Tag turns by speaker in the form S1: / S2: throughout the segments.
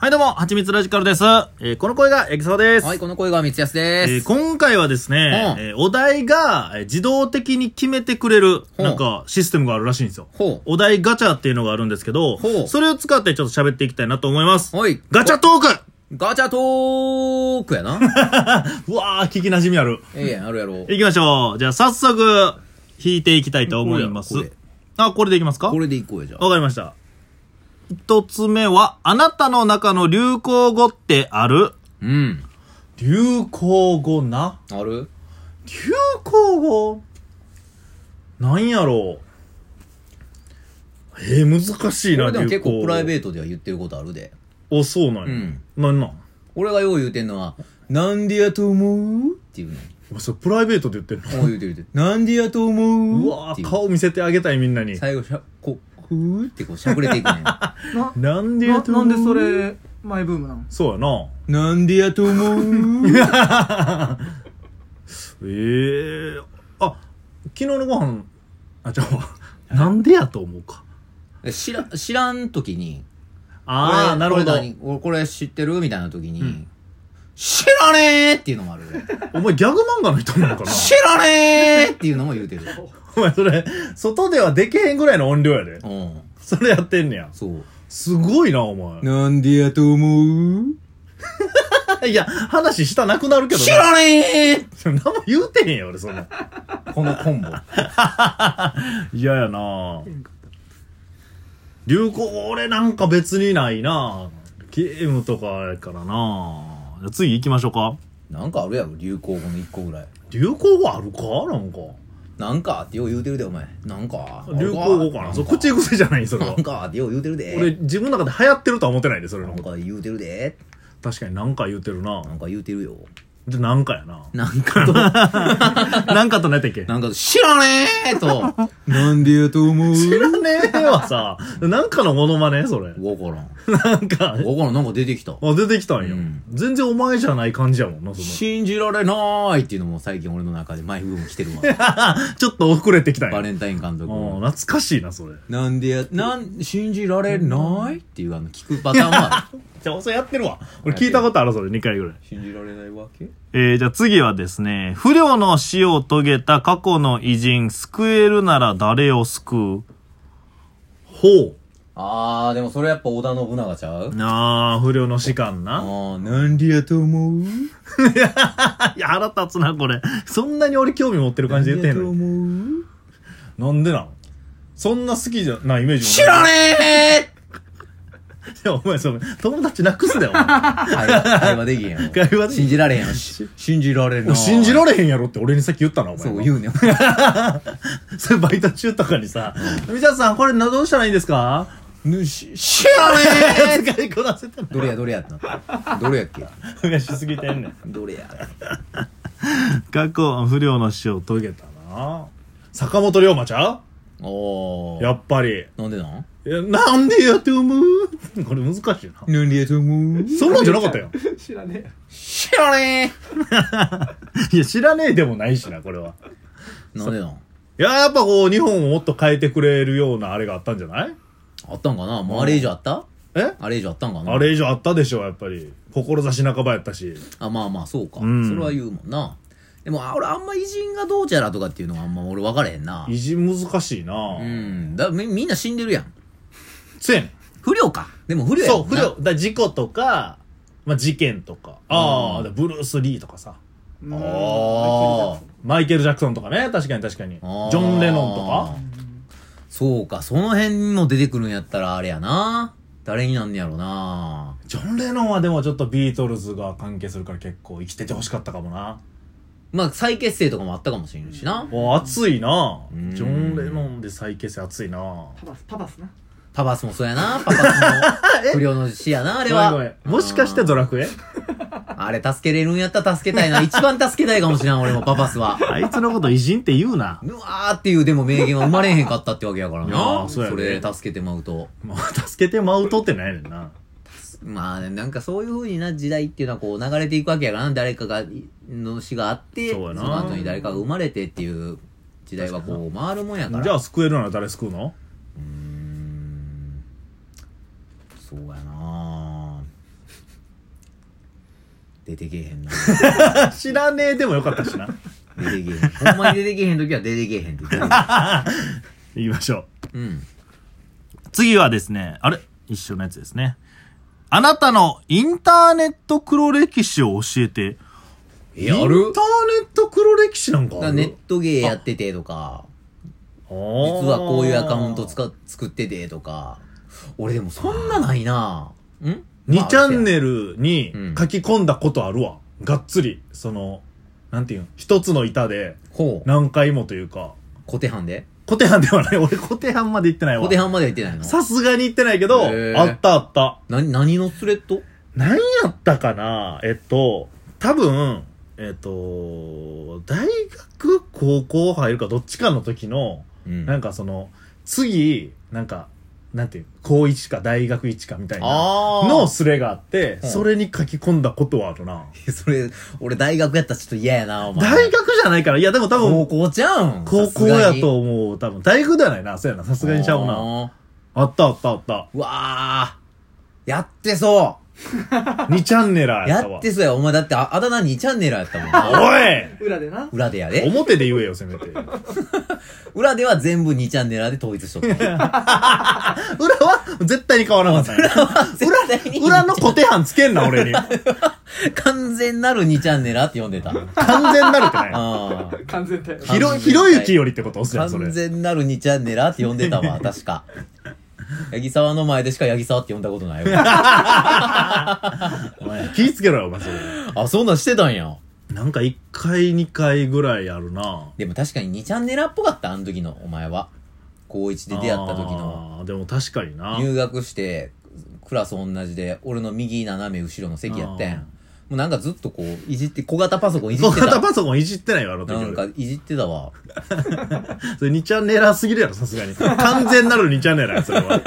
S1: はい、どうも、はちみつラジカルです。えーこの声がエキソーです。
S2: はい、この声が三安
S1: え
S2: で
S1: ー
S2: す。
S1: 今回はですね、
S2: うん
S1: えーお題がえー自動的に決めてくれる、
S2: うん
S1: なんか、システムがあるらしいんですよ。
S2: ほ
S1: お題ガチャっていうのがあるんですけど
S2: ほ、う
S1: それを使ってちょっと喋っていきたいなと思います
S2: う。。はい。
S1: ガチャトーク
S2: ガチャトーク やな。
S1: うわー、聞き馴染みある。
S2: ええやん、あるやろ。
S1: いきましょう。じゃあ、早速、引いていきたいと思います
S2: これやこ。
S1: あ、これでいきますか
S2: これでいこうよ、じゃあ
S1: わ。かりました。一つ目は、あなたの中の流行語ってある
S2: うん。
S1: 流行語な
S2: ある
S1: 流行語なんやろうえー、難しい
S2: こ
S1: な、
S2: れでも結構プライベ
S1: ー
S2: ートでは言ってることあるで。
S1: ト。あ、そうなんや。
S2: うん
S1: なんなん
S2: 俺がよう言うてんのは、なんでやと思うっていうね。
S1: うわそれプライベートで言ってる
S2: こう言うて るで。なんでやと思
S1: の
S2: う
S1: うわ
S2: ってい
S1: ー、
S2: う
S1: 顔見せてあげたいみんなに。
S2: 最後、しゃ、こ、ふーってこうしゃくれていく ね。
S3: な
S1: なんでや
S3: な
S1: と
S3: な
S1: 思うん
S3: でそれマイブームなの
S1: そうやな。
S2: なんでやと思う
S1: ええあ、昨日のご飯、あ、じゃあ、なんでやと思うか。
S2: 知ら、知らん時に、
S1: あ
S2: こ
S1: あ、
S2: れ
S1: なるほど
S2: こ。れ何俺これ知ってるみたいな時に、
S1: ん
S2: 知らねーっていうのもある
S1: お
S2: 俺。
S1: 前ギャグ漫画の人なのかな
S2: 知らねーっていうのも言うてる。
S1: お前それ、外ではでけへんぐらいの音量やで。
S2: うん。
S1: それやってんねや。
S2: そう。
S1: すごいな、お前。
S2: なんでやと思う
S1: いや、話したなくなるけど
S2: 知らね
S1: な。何も言うてへんよ、俺、そんな。
S2: ーこのコンボ。
S1: 嫌やな流行、俺なんか別にないなゲームとかやからなじゃあ次行きましょうか。
S2: なんかあるやろ、流行語の1個ぐらい。
S1: 流行語あるかなんか。
S2: なんかってよう言うてるで、お前。なんか。
S1: 流行語かな。そう、口癖じゃない、それ
S2: な
S1: は
S2: ん。かってよう言うてるで。
S1: 俺、自分の中で流行ってるとは思ってないで、それ
S2: な
S1: の
S2: ん。か言うてるで。
S1: 確かになんか言うてるな
S2: なんか言うてるよ。
S1: で、なんかや な。
S2: なんかと、な
S1: なんかとねてけ。
S2: んか知らねーと、なんでやと思 う
S1: 知らねえわさ、なんかのモノマネそれ。
S2: わから
S1: な
S2: ん。
S1: んか、
S2: わからん、なんか出てきた。
S1: あ、出てきたんや
S2: うん。
S1: 全然お前じゃない感じやもんな、 その。
S2: 信じられないっていうのも最近俺の中でマイブーム来てるわ。
S1: ちょっと遅れてきたんや。
S2: バ
S1: あ
S2: レンタイン監督の。
S1: 懐かしいな、それ。
S2: なんでや、なん、信じられないっていうあの、聞くパターン は。
S1: じゃあ、それやってるわ。俺聞いたことある、それ、2回ぐらい。
S2: 信じられないわけ
S1: えー、じゃあ次はですね、不良の死を遂げた過去の偉人、救えるなら誰を救うほう。
S2: あー、でもそれやっぱ織田信長ちゃう
S1: なあ、不良の士官
S2: あ
S1: な。
S2: ー、なんでやと思う
S1: いや、腹立つな、これ。そんなに俺興味持ってる感じで言ってんのに。
S2: 思う
S1: なんでなんそんな好きじゃないイメージも
S2: 知らねえ
S1: いや、お前、その、友達なくすだよ、お 前
S2: 会話会話できへんやん。
S1: 会話できへん
S2: 信じられへんやん。し信じられ
S1: も
S2: な
S1: う
S2: い。
S1: 信じら
S2: れ
S1: れへんやろって俺にさっき言ったな、お前。
S2: そう言うねん。
S1: そ れバイト中とかにさ、みちゃさん、これなどうしたらいいんです か
S2: ぬし知らねえ
S1: 使いこなせてな
S2: どれやどれやってなどれやっけ
S1: い。がしすぎてんねん。
S2: どれや
S1: 過去、不良の死を遂げたな坂本龍馬ちゃ
S2: お
S1: うや
S2: ー。
S1: っぱり。
S2: なんでなん
S1: いやなんでやって思う これ難しいな。
S2: なんでやと思う
S1: そんなんじゃなかったよ。
S3: 知らね
S2: 知らね
S1: いや、知らねえでもないしな、これは。
S2: えなんでなん
S1: いや、やっぱこう、日本をもっと変えてくれるようなあれがあったんじゃない
S2: あったんかなもうあれ以上あった
S1: え
S2: あれ以上あったんかな
S1: あれ以上あったでしょ、やっぱり。志半ばやったし。
S2: あまあまあそうか、
S1: ん
S2: それは言うもんなでもあ俺あんま偉人がどうちゃらとかっていうのはあんま俺分かれへんな
S1: 偉人難しいな
S2: うんだみみんな死んでるやん
S1: せやねん。
S2: 不良かでも不良や
S1: そう、
S2: もん
S1: 不
S2: な
S1: 良。だから事故とか、まあ、事件とか。ああ、だからブルース・リーとかさ。
S3: えうん
S2: ああ
S1: マイケル・ジャクソンとかね。確かに確かに。ジ
S2: あー
S1: ョン・レノンとか。
S2: そうかその辺にも出てくるんやったらあれやな誰になんねやろな
S1: ジョン・レノンはでもちょっとビートルズが関係するから結構生きててほしかったかもな。
S2: まあ再結成とかもあったかもしれんしな
S1: お熱いな
S2: うん
S1: ジョン・レノンで再結成熱いな
S3: パパスパパスな
S2: パパスもそうやなパ パスも不良の死やなあれは
S1: ごめんごめんもしかしてドラクエ
S2: あれ助けれるんやったら助けたいな。一番助けたいかもしれん、俺もパパスは。
S1: あいつのこと偉人って言うな。
S2: うわーっていうでも名言は生まれへんかったってわけやから
S1: い やー
S2: な。
S1: そうやね
S2: れ助けてまうと。
S1: まあ、助けてまうとってないねんな。
S2: まあね、なんかそういう風にな時代っていうのはこう流れていくわけやからな。誰かが、の死があって、
S1: そうやな
S2: の後に誰かが生まれてっていう時代はこう回るもんやから。
S1: じゃあ救えるなら誰救うの
S2: うーん。そうやな出てけえへんな。
S1: 知らねえでもよかったしな。
S2: 出てけえへん。ほんまに出てけえへん時は出てけえへんって言ってる。
S1: 行きましょう。
S2: うん。
S1: 次はですね、あれ一緒のやつですね。あなたのインターネット黒歴史を教えて。
S2: や
S1: インター
S2: る
S1: ネット黒歴史なんか
S2: だ
S1: あ
S2: か
S1: る
S2: らネットゲーやっててとか、
S1: 実
S2: 実はこういうアカウント
S1: う。
S2: 使っ作っててとか、俺でもそんなないなぁ。ん
S1: 2チャン
S2: ル。
S1: ネルに書き込んだことあるわ。がっつり。その、なんていうん、一つの板で
S2: ほう。
S1: 何回もというか。
S2: 小手半で
S1: コテハンではない。俺コテハンまで行ってないわ
S2: 小手。半までやってないの
S1: さすがに行ってないけど、
S2: へー
S1: あったあった。
S2: な、何のスレッド
S1: 何やったかなえっと、多分、えっと、大学、高校入るかどっちかの時の、
S2: うん
S1: なんかその、次、なんか、なんていう、高一か大学一かみたいな、
S2: あー
S1: のスレがあって、
S2: うん
S1: それに書き込んだことはあるな。
S2: それ、俺大学やったらちょっと嫌やな、お前。
S1: 大学じゃないから、いやでも多分、
S2: 高校じゃん。
S1: 高校やと思う。多分、大学ではないな。そうやな。さ
S2: さ
S1: す
S2: すが
S1: が
S2: に
S1: にちゃうな。
S2: あ
S1: あったあったあった。
S2: ーうわー。やってそ
S1: 2チャンネラ
S2: う。
S1: ーや
S2: や
S1: ったわ。
S2: ってそうや。お前だってああだ名2チャンネルやったも んな。
S1: お
S3: 裏でな。
S2: 裏でや
S1: い
S2: で。
S1: 表で言えよ、せめて。
S2: 裏では全部2チャンネルで統一しとった。
S1: 裏は絶対に変わらなかった。
S2: 裏で
S1: 裏の小手半つけんな、俺に。
S2: 完全なる2チャンネルって呼んでた。
S1: 完全なるってない。
S2: あー
S3: 完全体。
S1: ひろ、ひろゆきよりってことじゃん、それ
S2: 完。全なる2チャンネルって呼んでた わ、確か。八木沢の前でしか八木沢って呼んだことな いわ。
S1: お前気ぃつけろよ、お前それ。
S2: あ、そんなんしてたんや。
S1: なんか1回、2回ぐらいあるな。
S2: でも確かに2チャンネルっぽかった、あの時のお前は。高1で出会った時の。
S1: あー。でも確かにな。
S2: 入学して、クラス同じで、俺の右斜め後ろの席やってん。
S1: あー
S2: もうなんかずっとこう、いじって、小型パソコンいじ
S1: 小
S2: ってた。
S1: 型パソコンいじってないわ、あの時
S2: なんか
S1: 俺。
S2: いじってたわ。
S1: それ2チャンネラーすぎるやろ、さすが に。完全なる2チャンネラーや、それは。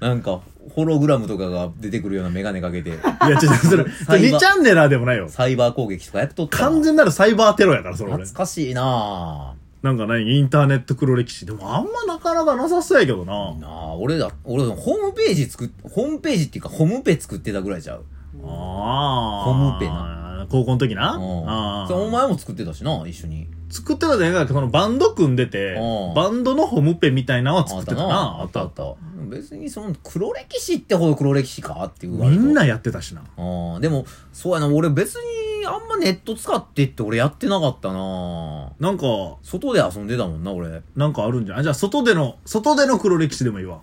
S2: なんか、ホログラムとかが出てくるようなメガネか けて、
S1: いや、違う、それ、
S2: サイバ
S1: 2
S2: ー
S1: チャンネラーでもないよ。
S2: サイバー攻撃とかやっとったわ。
S1: 完全なるサイバーテロやから、それ俺
S2: 懐。かしいなぁ。
S1: なんか何インターネット黒歴史。でもあんまなかなかなさそうやけどな。
S2: なあ、俺だ、俺、ホームページ作っ、ホームページっていうか、ホムペ作ってたぐらいちゃう。
S1: ああ。
S2: ホームペ
S1: な。高校の時な。あ
S2: うん。
S1: あ。
S2: そうお前も作ってたしな、一緒に。
S1: 作ってたじゃないか、そのバンド組んでて
S2: うん、
S1: バンドのホームペみたいなのは作ってたな。
S2: あ
S1: あ
S2: っ
S1: ったたあ
S2: なあっ
S1: った
S2: あった。別にその、黒歴史ってほど黒歴史かっていう
S1: た。みんなやってたしな。
S2: あーでも、そうやな、俺別にあんまネット使ってって俺やってなかったな
S1: なんか、
S2: 外で遊んでたもんな、俺。
S1: なんかあるんじゃないあじゃあ外での、外での黒歴史でもいいわ。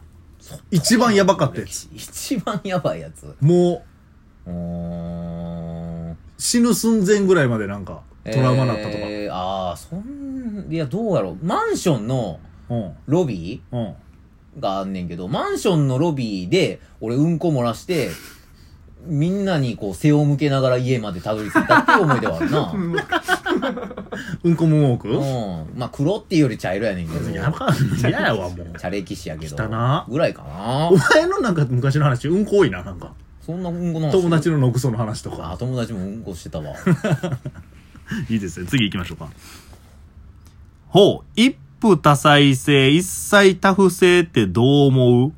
S1: 一番やばかったやつ。
S2: 一番やばいやつ。
S1: も
S2: うーん。
S1: う、死ぬ寸前ぐらいまでなんか、トラウマなったとか。
S2: えー、ああ、そん、いや、どうやろう。マンションの
S1: うん。
S2: ロビ
S1: うん。
S2: ーがあんねんけど、マンションのロビーで、俺うんこ漏らして、みんなにこう背を向けながら家までたどり着いたっていう思い出はあるな。
S3: うん
S1: うんこも多く
S2: うん。まあ、黒っていうより茶色やねんけど。
S1: やばい。嫌やわ、もう。
S2: 茶歴史やけど。
S1: 汚な
S2: ぐらいかな
S1: お。前のなんか昔の話、うんこ多いな、なんか。
S2: そんなうんこの話
S1: 友達ののくその話と
S2: あ
S1: か。
S2: 友達もうんこしてたわ
S1: いいですね。次行きましょうか。ほう。一夫多妻制、一妻多夫制ってどう思う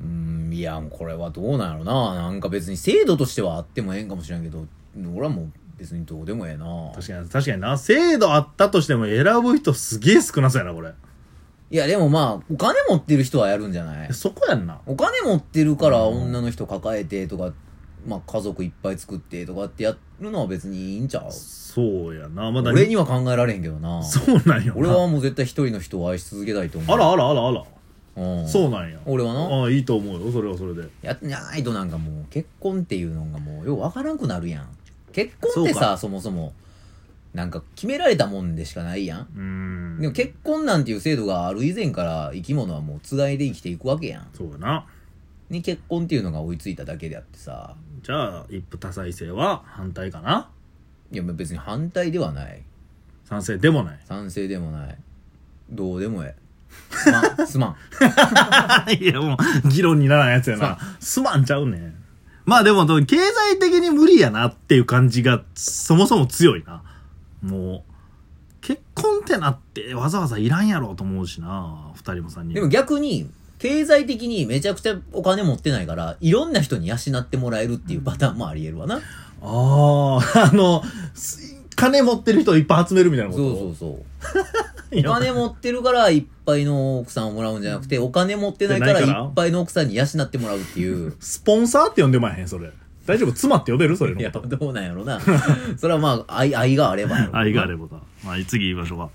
S2: うんいやこれはどうなんやろななんか別に制度としてはあってもええんかもしれんけど俺はもう別にどうでもええな
S1: 確かに、確かにな。制度あったとしても選ぶ人すげえ少なそうやな、これ。
S2: いやでもまあお金持ってる人はやるんじゃない
S1: そこやんな。
S2: お金持ってるから女の人抱えてとか、まあ家族いっぱい作ってとかってやるのは別にいいんちゃう
S1: そうやな。まだ、
S2: 俺には考えられへんけどな
S1: そうなんよな。
S2: 俺はもう絶対一人の人を愛し続けたいと思う
S1: あらあらあらあら。
S2: うん
S1: そうなんや。
S2: 俺はな
S1: ああ、いいと思うよ。それはそれで。
S2: やってないとなんかもう結婚っていうのがもうようわからんくなるやん結婚って
S1: そう
S2: さそもそもなんか決められたもんでしかないやん
S1: うーん。
S2: でも結婚なんていう制度がある以前から生き物はもうつがいで生きていくわけやん
S1: そうやな。
S2: に結婚っていうのが追いついただけであってさ
S1: じゃあ、一夫多妻制は反対かない
S2: や別に反対ではない
S1: 賛成でもない。
S2: 賛成でもないどうでもええすまん すまん
S1: いや、もう、議論にならないやつやな。すまんちゃうねん。まあでも、経済的に無理やなっていう感じが、そもそも強いな。もう、結婚ってなって、わざわざいらんやろうと思うしな。二人も三人
S2: でも
S1: も。
S2: 逆に経済的にめちゃくちゃお金持ってないから、いろんな人に養ってもらえるっていうパターンもあり得るわな。
S1: ああ、あの、す金持ってる人をいっぱい集めるみたいな
S2: そう
S1: こと
S2: そうそう。
S1: いや
S2: お金持ってるからいっぱいの奥さんをもらうんじゃなくて、お金持ってないからいっぱいの奥さんに養ってもらうっていう。
S1: スポンサーって呼んでまへん、それ。大丈夫妻って呼べるそれの
S2: いや、
S1: こと
S2: どうなんやろな。 それはまあ、愛、 愛があればやろうな
S1: 愛があればだ。はい、次言いましょうか。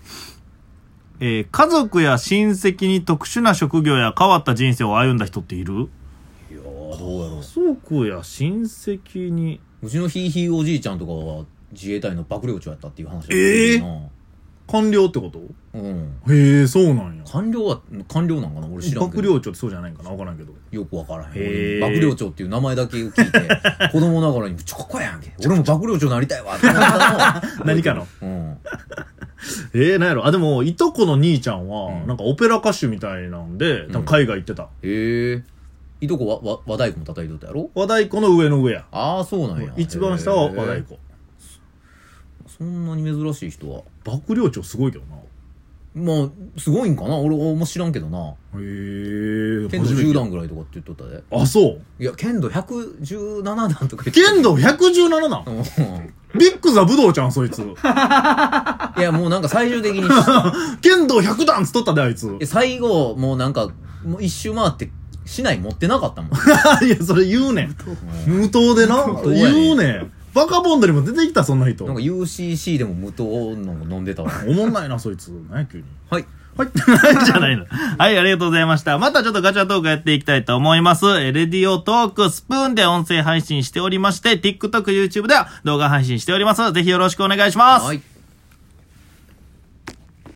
S1: えー家族や親戚に特殊な職業や変わった人生を歩んだ人っている
S2: いやーどうやろう
S1: 家。族や親戚に。
S2: うちのひいひいおじいちゃんとかは自衛隊の幕僚長やったっていう話
S1: ええ
S2: な
S1: 官僚ってこと
S2: うん。
S1: へえ、そうなんや。
S2: 官僚は、官僚なんかな俺知らん
S1: 幕
S2: けど。
S1: 僚長ってそうじゃないんかなわからんけ ど。
S2: よくわからへん。
S1: へえ。
S2: 俺幕僚長っていう名前だけ聞いて、子供ながらに、ちょ、かっこええやんけ。俺も幕僚長になりたいわって思ったの
S1: 何かの。
S2: うん。
S1: ええ、なんやろ。あ、でも、いとこの兄ちゃんは、
S2: うん
S1: なんかオペラ歌手みたいなんで、多分海外行ってた。
S2: へえ。いとこは、わ、和太鼓も叩いとったやろ
S1: 和太鼓の上の上や。
S2: ああ、そうなんや。
S1: 一番下は和太
S2: へ
S1: 鼓。
S2: え。そんなに珍しい人は。
S1: 幕僚長すごいけどな。
S2: まあ、すごいんかな俺はも知らんけどな。
S1: へえ。
S2: 剣道
S1: 初めて
S2: 10段ぐらいとかって言っとったで。
S1: あ、そう。
S2: いや、剣道117段とか言ってた
S1: 剣道117なん
S2: うんい
S1: ビッグザ武道ちゃん、そい つ。
S2: や、もうなんか最終的に、
S1: 剣道100段つっとったで、あいつ。い
S2: 最後、もうなんか、もう一周回って、市内持ってなかったもん。
S1: や、それ言うねん。無糖でな。
S2: 無糖やね
S1: 言うねん。バカボンドにも出てきた、そんな人。
S2: なんか UCC でも無糖の飲んでたわ。
S1: おもんないな、そいつ。何や、急に。
S2: はい。
S1: はい。 じゃないの。はい、ありがとうございました。またちょっとガチャトークやっていきたいと思います。えーレディオトーク、スプーンで音声配信しておりまして、TikTok、YouTube では動画配信しております。ぜひよろしくお願いします。
S2: はい。